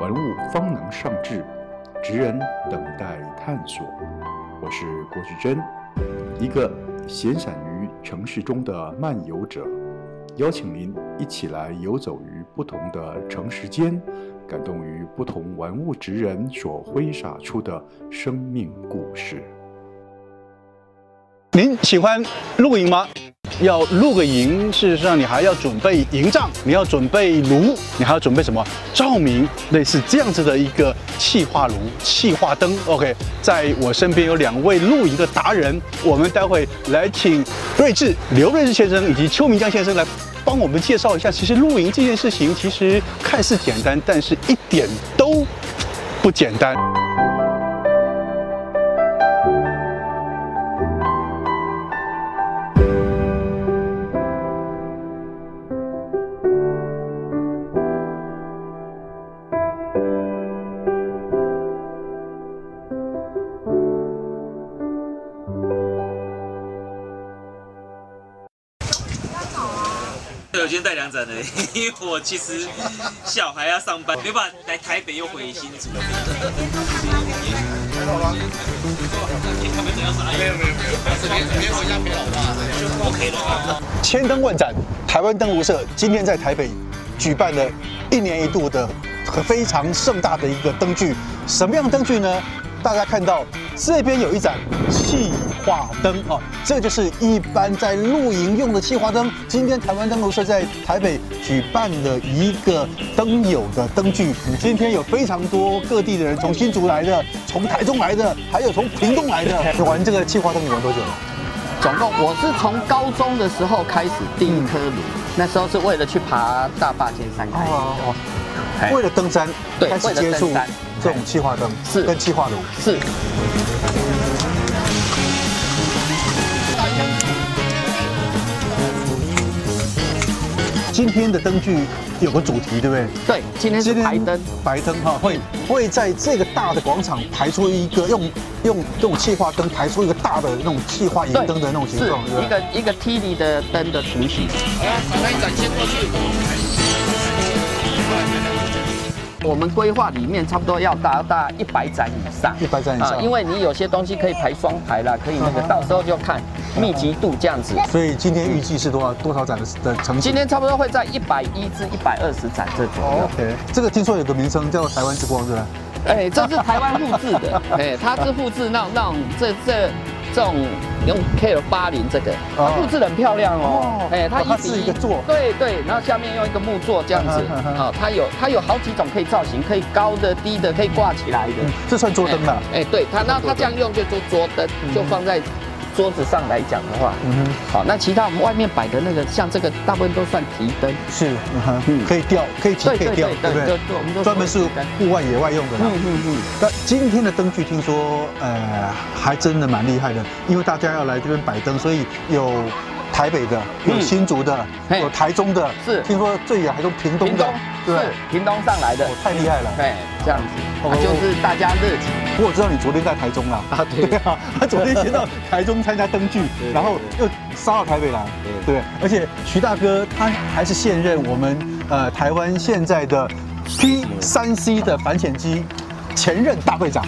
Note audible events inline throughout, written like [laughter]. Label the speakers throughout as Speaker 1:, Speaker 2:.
Speaker 1: 玩物方能上志，职人等待探索。我是郭旭珍，一个闲散于城市中的漫游者，邀请您一起来游走于不同的城市间，感动于不同玩物职人所挥洒出的生命故事。
Speaker 2: 您喜欢露营吗？要露个营，事实上你还要准备营帐，你要准备炉，你还要准备什么照明，类似这样子的一个气化炉、气化灯。OK，在我身边有两位露营的达人，我们待会来请睿智刘睿智先生以及邱明江先生来帮我们介绍一下。其实露营这件事情，其实看似简单，但是一点都不简单。
Speaker 3: 我今天带两盏的，因为我其实小孩要上班，没办法来台北又回新竹。
Speaker 2: 千灯万盏，台湾灯笼社今天在台北举办了一年一度的非常盛大的一个灯具。什么样的灯具呢？大家看到这边有一盏气化灯哦，这就是一般在露营用的气化灯。今天台湾灯笼社在台北举办了一个灯友的灯具，今天有非常多各地的人，从新竹来的，从台中来的，还有从屏东来的。玩这个气化灯你玩多久了？
Speaker 4: 总共我是从高中的时候开始第一颗炉，那时候是为了去爬大坝尖山开始的。
Speaker 2: 嗯哦
Speaker 4: 哎
Speaker 2: 为了登山，
Speaker 4: 对
Speaker 2: 开始接触
Speaker 4: 为了登山
Speaker 2: 这种气化灯，
Speaker 4: 是
Speaker 2: 跟气化炉。
Speaker 4: 是，
Speaker 2: 今天的灯具有个主题，对不对？
Speaker 4: 对，今天是台灯，，
Speaker 2: 白灯哈，会会在这个大的广场排出一个用用这种气化灯排出一个大的那种气化银
Speaker 4: 对，
Speaker 2: 灯的那种形状，
Speaker 4: 是
Speaker 2: 对
Speaker 4: 一
Speaker 2: 不对？
Speaker 4: 个一个 T 里的灯的雏形。我们规划里面差不多要达到一百盏以上，
Speaker 2: 100盏以上
Speaker 4: 啊因为你有些东西可以排双排啦，可以那
Speaker 2: 嗯，
Speaker 4: 个
Speaker 2: 哼嗯
Speaker 4: 到时候就看密集度这样子。
Speaker 2: 所以今天预计是多少多少盏的的呃成绩
Speaker 4: 今？天差不多会在一百一至一百二十盏这左右。
Speaker 2: OK，这个听说有个名称叫台湾之光，对吧？
Speaker 4: 哎，这是台湾复制
Speaker 2: [laughs]
Speaker 4: 的，哎，它是复制那种那种这这这种用 K 八零这个，它
Speaker 2: 哦
Speaker 4: 复制得很漂亮
Speaker 2: 哦
Speaker 4: 哦，哎，它
Speaker 2: 哦它
Speaker 4: 一比
Speaker 2: 是一个座
Speaker 4: 对对，然后下面用一个木座这样子
Speaker 2: [laughs] 嗯嗯嗯嗯，
Speaker 4: 哦，它有它有好几种可以造型，可以高的、低的，可以挂起来的，
Speaker 2: 这算桌灯吧？
Speaker 4: 哎，哎对它，那它这样用就做桌灯，就放在桌子上来讲的话，
Speaker 2: 嗯嗯哼，
Speaker 4: 好，那其他我们外面摆的那个，像这个大部分都算提灯，
Speaker 2: 是，嗯哼，
Speaker 4: 嗯
Speaker 2: 可以吊，可以起，可
Speaker 4: 对
Speaker 2: 以
Speaker 4: 对
Speaker 2: 吊，
Speaker 4: 对
Speaker 2: 对不对
Speaker 4: 对对对我们？就
Speaker 2: 专门是
Speaker 4: 说提灯
Speaker 2: 户外野外用的啦。
Speaker 4: 嗯嗯嗯。
Speaker 2: 那今天的灯具听说，呃，还真的蛮厉害的，因为大家要来这边摆灯，所以有台北的，有
Speaker 4: 嗯
Speaker 2: 新竹的，
Speaker 4: 嘿
Speaker 2: 有台中的，
Speaker 4: 是
Speaker 2: 听说最远还有屏东
Speaker 4: 屏
Speaker 2: 的
Speaker 4: 东，
Speaker 2: 对不
Speaker 4: 是
Speaker 2: 对，
Speaker 4: 屏东上来的
Speaker 2: 哦，太厉害了。
Speaker 4: 对，这样子，
Speaker 2: 哦
Speaker 4: 啊就是大家热情
Speaker 2: 不过我知道你昨天在台中啦，
Speaker 4: 啊，
Speaker 2: [laughs] 对啊，他昨天先到台中参加 [laughs] 灯具，然后又杀到台北来，对，而且徐大哥他还是现任我们呃台湾现在的 P 三 C 的反潜机前任大队长。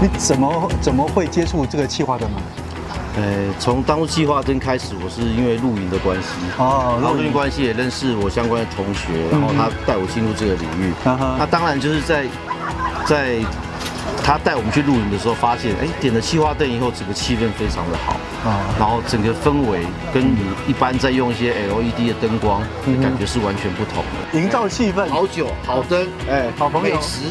Speaker 2: 你怎么怎么会接触这个气化灯呢？
Speaker 5: 呃，从当初计划灯开始，我是因为露营的关系，
Speaker 2: 哦
Speaker 5: 然后露营关系也认识我相关的同学，然后他带我进入这个领域。
Speaker 2: 啊哈
Speaker 5: 那当然就是在在他带我们去露营的时候，发现哎，点了气化灯以后，整个气氛非常的好，
Speaker 2: 哦
Speaker 5: 然后整个氛围跟你一般在用一些 LED 的灯光的感觉是完全不同的。
Speaker 2: 营造气氛，
Speaker 5: 嗯好酒、好灯，哎，
Speaker 2: 好朋友
Speaker 5: 美食，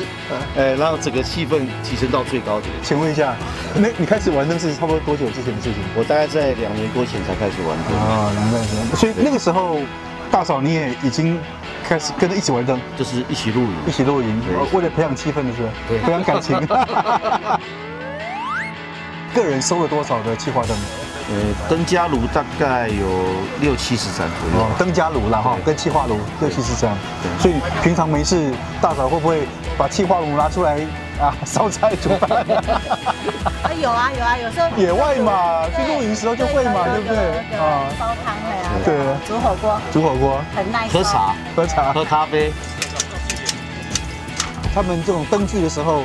Speaker 5: 哎，让整个气氛提升到最高点。
Speaker 2: 请问一下，那你开始玩灯是差不多多久之前的事情？
Speaker 5: 我大概在两年多前才开始玩灯。
Speaker 2: 啊，难怪是。所以那个时候，大嫂你也已经开始跟着一起玩灯，
Speaker 5: 就是一起露营
Speaker 2: 一。起露营，
Speaker 5: 对
Speaker 2: 呃为了培养气氛，是不是？对，培养感
Speaker 5: [laughs]
Speaker 2: 情。 [laughs] 个人收了多少的气化灯？
Speaker 5: 呃，登嘉炉大概有六七十盏左右
Speaker 2: 哦，。灯加炉啦哈，
Speaker 5: 对
Speaker 2: 跟气化炉六七十张。
Speaker 5: 对
Speaker 2: 所以平常没事，大嫂会不会把气化炉拿出来啊烧菜煮饭？
Speaker 6: 啊，有啊有啊，有时候
Speaker 2: 野外嘛
Speaker 6: 对
Speaker 2: 去露营时候就会嘛对不对
Speaker 6: 有有有有
Speaker 2: 啊
Speaker 6: 煲汤的呀，
Speaker 2: 对啊，
Speaker 6: 煮火锅
Speaker 2: 煮火锅、
Speaker 6: 很啊耐受
Speaker 5: 喝茶、
Speaker 2: 喝茶。
Speaker 5: 喝咖啡，
Speaker 2: 他们这种灯具的时候，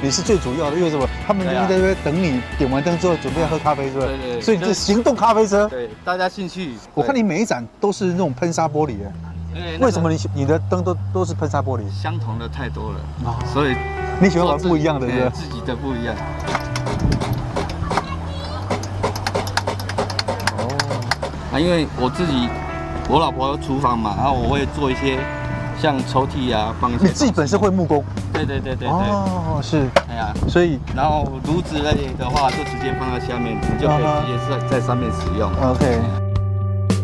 Speaker 2: 你是最主要的，因为什么？他们
Speaker 5: 对啊
Speaker 2: 在那边等你点完灯之后，准备要喝咖啡，是吧？
Speaker 5: 对对对
Speaker 2: 所以你是行动咖啡车。
Speaker 5: 对大家兴趣。
Speaker 2: 我看你每一盏都是那种喷砂玻璃耶，
Speaker 5: 对
Speaker 2: 为什么你你的灯都都是喷砂玻璃？
Speaker 5: 相同的太多了
Speaker 2: 哦，
Speaker 5: 所以
Speaker 2: 你喜欢玩不一样的，是
Speaker 5: 啊对
Speaker 2: 吧？
Speaker 5: 自己的不一样。啊，因为我自己，我老婆厨房嘛，然后我会做一些像抽屉啊，放一些。
Speaker 2: 你自己本身会木工
Speaker 5: 对对对对对，
Speaker 2: 哦，是，
Speaker 5: 哎呀，
Speaker 2: 所以
Speaker 5: 然后炉子类的话就直接放在下面，你就可
Speaker 2: 啊哈
Speaker 5: 以直接在在上面使用。
Speaker 2: OK。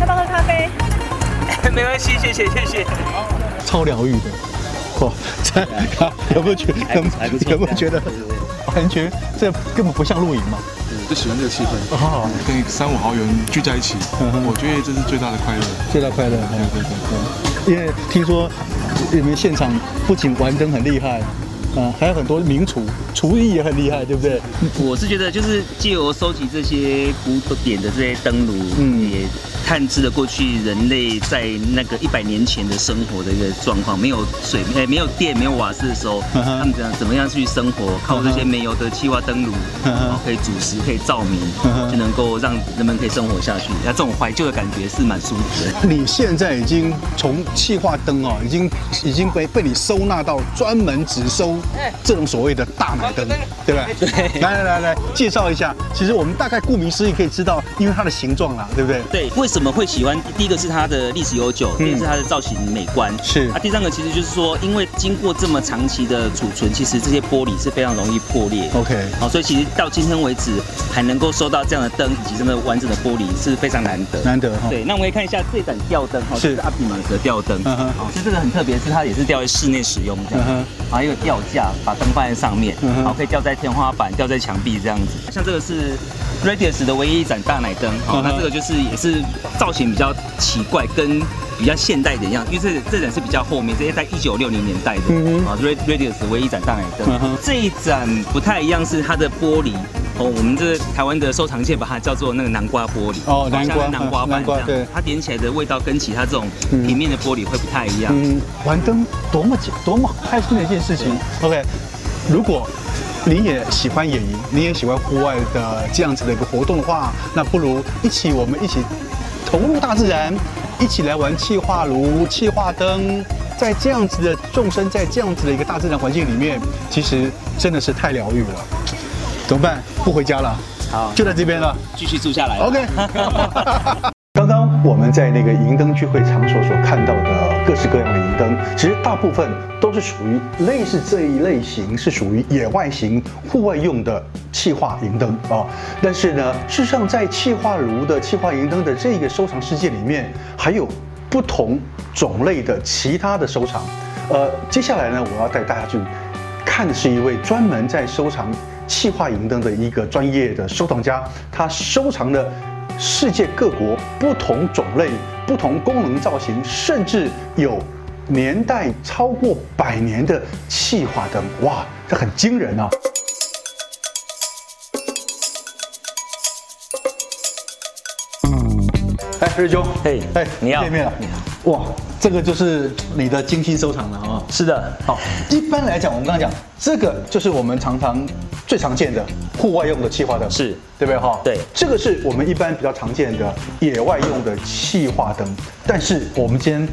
Speaker 6: 要不要喝咖啡？
Speaker 3: [laughs] 没关系，谢谢谢谢。
Speaker 2: 超疗愈的。哇，这有没有觉有没有有没有觉得完全这根本不像露营嘛？
Speaker 7: 就喜欢这个气氛，
Speaker 2: 哦，
Speaker 7: 跟三五好友人聚在一起，
Speaker 2: 嗯哼
Speaker 7: 我觉得这是最大的快乐。
Speaker 2: 最大快乐，对对对对。因为听说呃你们现场不仅玩灯很厉害，啊，还有很多名厨，厨艺也很厉害，对不对？
Speaker 8: 我是觉得就是借由收集这些古典的这些灯炉，
Speaker 2: 嗯
Speaker 8: 嗯，也探知了过去人类在那个一百年前的生活的一个状况，没有水，呃，没有电，没有瓦斯的时候，
Speaker 2: [laughs] 嗯哼
Speaker 8: 他们怎样怎么样去生活，靠这些煤油的气化灯炉，
Speaker 2: 嗯哼
Speaker 8: 然后可以煮食，可以照明
Speaker 2: 嗯哼，
Speaker 8: 就能够让人们可以生活下去。那这种怀旧的感觉是蛮舒服的。
Speaker 2: 你现在已经从气化灯哦，已经已经被被你收纳到专门只收这种所谓的大买灯，对不哎对？来来来来，介绍一下。其实我们大概顾名思义可以知道，因为它的形状啦，对不对？
Speaker 8: 对，为什么会喜欢？第一个是它的历史悠久，
Speaker 2: 嗯
Speaker 8: 第二是它的造型美观，
Speaker 2: 是
Speaker 8: 啊，第三个其实就是说，因为经过这么长期的储存，其实这些玻璃是非常容易破裂。
Speaker 2: OK，
Speaker 8: 好，所以其实到今天为止，还能够收到这样的灯以及这么完整的玻璃是非常难得。
Speaker 2: 难得哈、
Speaker 8: 对，那我们可以看一下这盏吊灯哈，
Speaker 2: 嗯是
Speaker 8: 这阿比马斯的吊灯。
Speaker 2: 嗯哼
Speaker 8: 好，所以这个很特别，是它也是吊在室内使用这样。
Speaker 2: 嗯哼
Speaker 8: 然后有吊架，把灯放在上面
Speaker 2: 嗯哼，
Speaker 8: 好，可以吊在天花板、吊在墙壁这样子。像这个是 Radius 的唯一一盏大奶灯，好
Speaker 2: 嗯哼，
Speaker 8: 那这个就是也是造型比较奇怪，跟比较现代一点一样，因为这这盏是比较后面，这些在一九六零年代的
Speaker 2: 嗯哼
Speaker 8: 啊，Rad- Radius 的唯一一盏大奶
Speaker 2: 嗯哼
Speaker 8: 灯。这一盏不太一样，是它的玻璃。哦，我们这台湾的收藏界把它叫做那个南瓜玻璃
Speaker 2: 哦南瓜
Speaker 8: 好像南瓜
Speaker 2: 嗯南
Speaker 8: 瓣
Speaker 2: 瓜
Speaker 8: 这样，
Speaker 2: 对
Speaker 8: 它点起来的味道跟其他这种
Speaker 2: 嗯
Speaker 8: 平面的玻璃会不太一样。
Speaker 2: 嗯，玩灯多么简多么开心的一件事情。OK，如果你也喜欢野营，你也喜欢户外的这样子的一个活动的话，那不如一起我们一起投入大自然，一起来玩气化炉、气化灯。在这样子的众生，在这样子的一个大自然环境里面，其实真的是太疗愈了。怎么办？不回家了，
Speaker 8: 好，
Speaker 2: 就在这边了。
Speaker 8: 继续住下来。
Speaker 2: OK
Speaker 8: [laughs]
Speaker 2: 刚刚我们在那个银灯聚会场所所看到的各式各样的银灯，其实大部分都是属于类似这一类型，是属于野外型户外用的气化银灯啊、但是呢，事实上在气化炉的气化银灯的这个收藏世界里面，还有不同种类的其他的收藏。呃，接下来呢，我要带大家去看的是一位专门在收藏气化银灯的一个专业的收藏家，他收藏了世界各国不同种类、不同功能造型，甚至有年代超过百年的气化灯，哇，这很惊人啊！哎，瑞兄，
Speaker 8: 嘿
Speaker 2: 哎，
Speaker 8: 你好
Speaker 2: 见面了，哇，这个就是你的精心收藏了啊、哦！
Speaker 8: 是的，
Speaker 2: 好，一般来讲，我们刚刚讲这个就是我们常常最常见的户外用的气化灯，
Speaker 8: 是
Speaker 2: 对不对哈？
Speaker 8: 对
Speaker 2: 这个是我们一般比较常见的野外用的气化灯，但是我们今天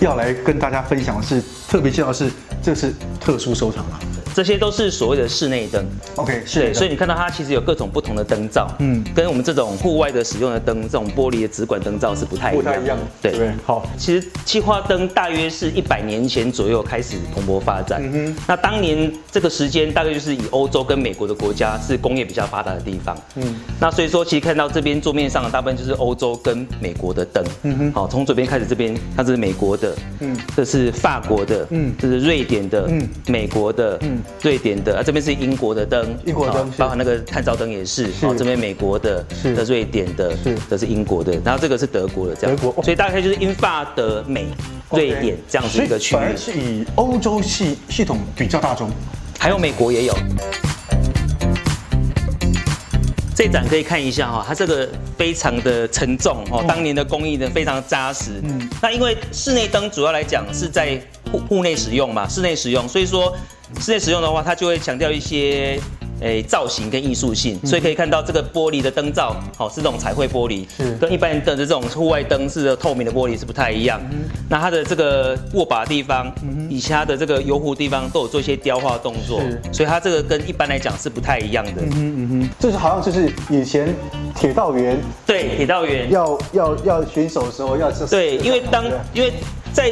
Speaker 2: 要来跟大家分享的是，特别介绍的是这是特殊收藏啊。
Speaker 8: 这些都是所谓的室内灯。
Speaker 2: OK，是
Speaker 8: 对，
Speaker 2: 的
Speaker 8: 所以你看到它其实有各种不同的灯罩，
Speaker 2: 嗯
Speaker 8: 嗯，跟我们这种户外的使用的灯，这种玻璃的直管灯罩是不太一
Speaker 2: 不
Speaker 8: 样。
Speaker 2: 太一样，
Speaker 8: 对。
Speaker 2: 不对？好，
Speaker 8: 其实气化灯大约是一百年前左右开始蓬勃发展。嗯哼。那当年这个时间大概就是以欧洲跟美国的国家是工业比较发达的地方。嗯。那所以说，其实看到这边桌面上的大部分就是欧洲跟美国的灯。嗯哼。好，从左边开始，这边它是美国的，嗯，这是法国的，
Speaker 2: 嗯
Speaker 8: 嗯，这是瑞典的，
Speaker 2: 嗯
Speaker 8: 嗯，美国的，
Speaker 2: 嗯
Speaker 8: 嗯，瑞典的，啊，这边是英国的灯，
Speaker 2: 英国的灯
Speaker 8: 好
Speaker 2: 是
Speaker 8: 包含哦那个探照灯也是，哦，这边美国的，
Speaker 2: 是
Speaker 8: 的瑞典的，
Speaker 2: 是
Speaker 8: 这是英国的，然后这个是德国的，这样，
Speaker 2: 德国哦
Speaker 8: 所以大概就是英法德美
Speaker 2: OK
Speaker 8: 瑞典这样子一个区
Speaker 2: 所以反
Speaker 8: 域
Speaker 2: 而，是以欧洲系系统比较大众。
Speaker 8: 还有美国也有。这盏可以看一下哈、它这个非常的沉重哦，当年的工艺呢非常扎实。嗯，那因为室内灯主要来讲是在户户内使用嘛，室内使用，所以说室内使用的话，它就会强调一些。诶，造型跟艺术性，所以可以看到这个玻璃的灯罩，好、是这种彩绘玻璃，跟一般的这种户外灯是透明的玻璃是不太一样。那它的这个握把地方，以及它的这个油壶地方都有做一些雕花动作，所以它这个跟一般来讲是不太一样的。
Speaker 2: 嗯
Speaker 8: 嗯
Speaker 2: 就是好像就是以前铁道员
Speaker 8: 对，铁道员
Speaker 2: 要要要选手的时候要这
Speaker 8: 对，因为当
Speaker 2: 对
Speaker 8: 因为在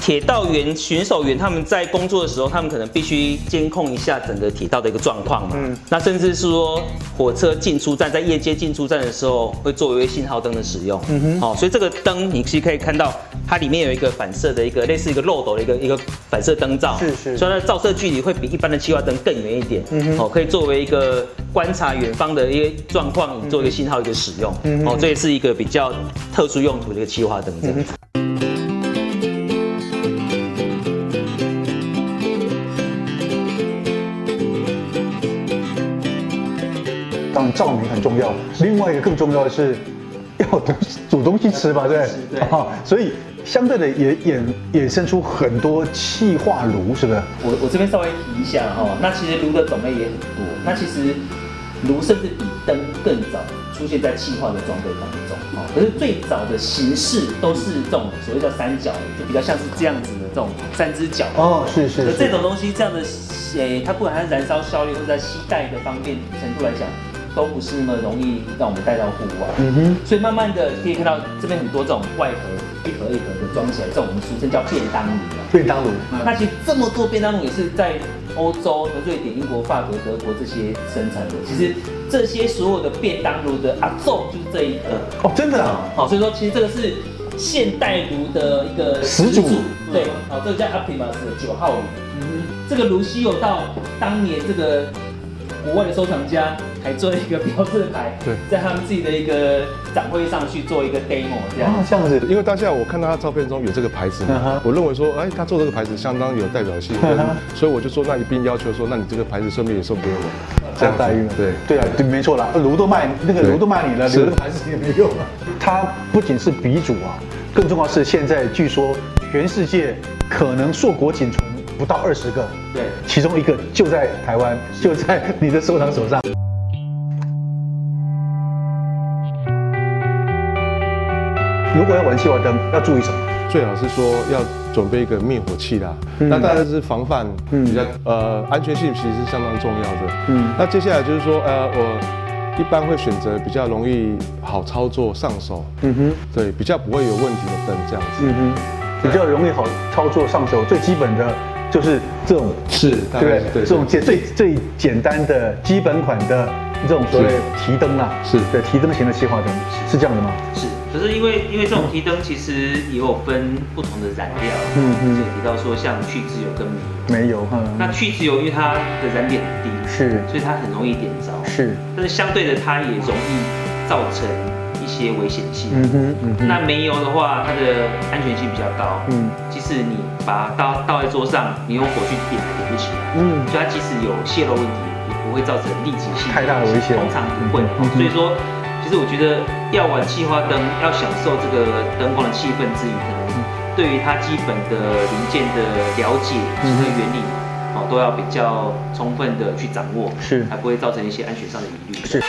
Speaker 8: 铁道员、巡守员他们在工作的时候，他们可能必须监控一下整个铁道的一个状况嘛。
Speaker 2: 嗯
Speaker 8: 那甚至是说火车进出站，在夜间进出站的时候，会作为信号灯的使用。嗯哼，哦，所以这个灯你其实可以看到，它里面有一个反射的一个类似一个漏斗的一个一个反射灯罩，
Speaker 2: 是是
Speaker 8: 所以它的照射距离会比一般的气化灯更远一点。嗯哼，哦，可以作为一个观察远方的一些状况，做一个信号一个使用。嗯哦，这也是一个比较特殊用途的一个气化灯这样。
Speaker 2: 当然照明很重要，另外一个更重要的是 [laughs] 要东西煮东西吃吧，对不对？啊，所以相对的也衍衍生出很多气化炉，是不是？
Speaker 8: 我我这边稍微提一下哈、那其实炉的种类也很多，那其实炉甚至比灯更早出现在气化的装备当中哦。可是最早的形式都是这种所谓叫三角，就比较像是这样子的这种三只脚
Speaker 2: 哦，是是
Speaker 8: 而
Speaker 2: 是，
Speaker 8: 这种东西，这样的，诶、它不管它燃烧效率或者在携带的方便程度来讲，都不是那么容易让我们带到户外。嗯哼。所以慢慢的可以看到这边很多这种外盒一盒一盒的装起来，这种我们俗称叫便当炉啊。
Speaker 2: 便当炉。
Speaker 8: 那其实这么多便当炉也是在欧洲、瑞典、英国、法国、德国这些生产的。其实这些所有的便当炉的阿奏就是这一个。
Speaker 2: 哦，真的啊，
Speaker 8: 好，所以说其实这个是现代炉的一个
Speaker 2: 始祖嗯
Speaker 8: 对，好，这个叫 Optimus 的九号炉，这个炉西有到当年这个国外的收藏家还做了一个标志牌，
Speaker 6: 对
Speaker 8: 在他们自己的一个展会上去做一个 demo 这样。
Speaker 2: 啊，这样子，
Speaker 6: 因为当下我看到他照片中有这个牌子
Speaker 2: 嗯哼
Speaker 6: 嘛，我认为说，哎，他做这个牌子相当有代表性
Speaker 2: 嗯哼，
Speaker 6: 所以我就说，那一并要求说，那你这个牌子顺便也送给我，
Speaker 2: 这样待遇呢？
Speaker 6: 对
Speaker 2: 对啊，对，没错啦，炉都卖，那个
Speaker 6: 对
Speaker 2: 炉都卖你了，
Speaker 6: 是
Speaker 2: 留着还是也没用啊。它不仅是鼻祖啊，更重要是现在据说全世界可能硕果仅存不到二十个，
Speaker 8: 对，
Speaker 2: 其中一个就在台湾，就在你的收藏手上。如果要玩气化灯，要注意什么？
Speaker 6: 最好是说要准备一个灭火器啦。
Speaker 2: 嗯
Speaker 6: 那当然是防范比较呃安全性其实是相当重要的。嗯，那接下来就是说呃我一般会选择比较容易好操作上手，嗯哼，对，比较不会有问题的灯这样子。
Speaker 2: 嗯哼，比较容易好操作上手，最基本的就是这种
Speaker 6: 是，
Speaker 2: 对
Speaker 6: 大
Speaker 2: 不
Speaker 6: 概
Speaker 2: 对
Speaker 6: 是？
Speaker 2: 这种简最最简单的基本款的这种所谓提灯啊，
Speaker 6: 是
Speaker 2: 对提灯型的气化灯，是这样的吗？
Speaker 8: 是，可是因为因为这种提灯其实也有分不同的燃料，
Speaker 2: 嗯
Speaker 8: 嗯
Speaker 2: 嗯
Speaker 8: 嗯，也提到说像去脂油跟煤油，
Speaker 2: 没有，
Speaker 8: 那
Speaker 2: 嗯，
Speaker 8: 去脂油因为它的燃点很低，
Speaker 2: 是
Speaker 8: 所以它很容易点着，
Speaker 2: 是，
Speaker 8: 但是相对的它也容易造成一些危险性。
Speaker 2: 嗯哼嗯哼，
Speaker 8: 那煤油的话，它的安全性比较高。
Speaker 2: 嗯
Speaker 8: 嗯，即使你把它倒倒在桌上，你用火去点，点不起来。
Speaker 2: 嗯
Speaker 8: 嗯，所以它即使有泄漏问题，也不会造成立即性
Speaker 2: 太大的危险
Speaker 8: 通常不会。哦
Speaker 2: 嗯嗯
Speaker 8: 所以说，其实我觉得要玩气化灯，要享受这个灯光的气氛之余，可能
Speaker 2: 嗯
Speaker 8: 对于它基本的零件的了解、
Speaker 2: 嗯
Speaker 8: 几个原理，哦，都要比较充分的去掌握，
Speaker 2: 是
Speaker 8: 才不会造成一些安全上的疑虑。
Speaker 2: 是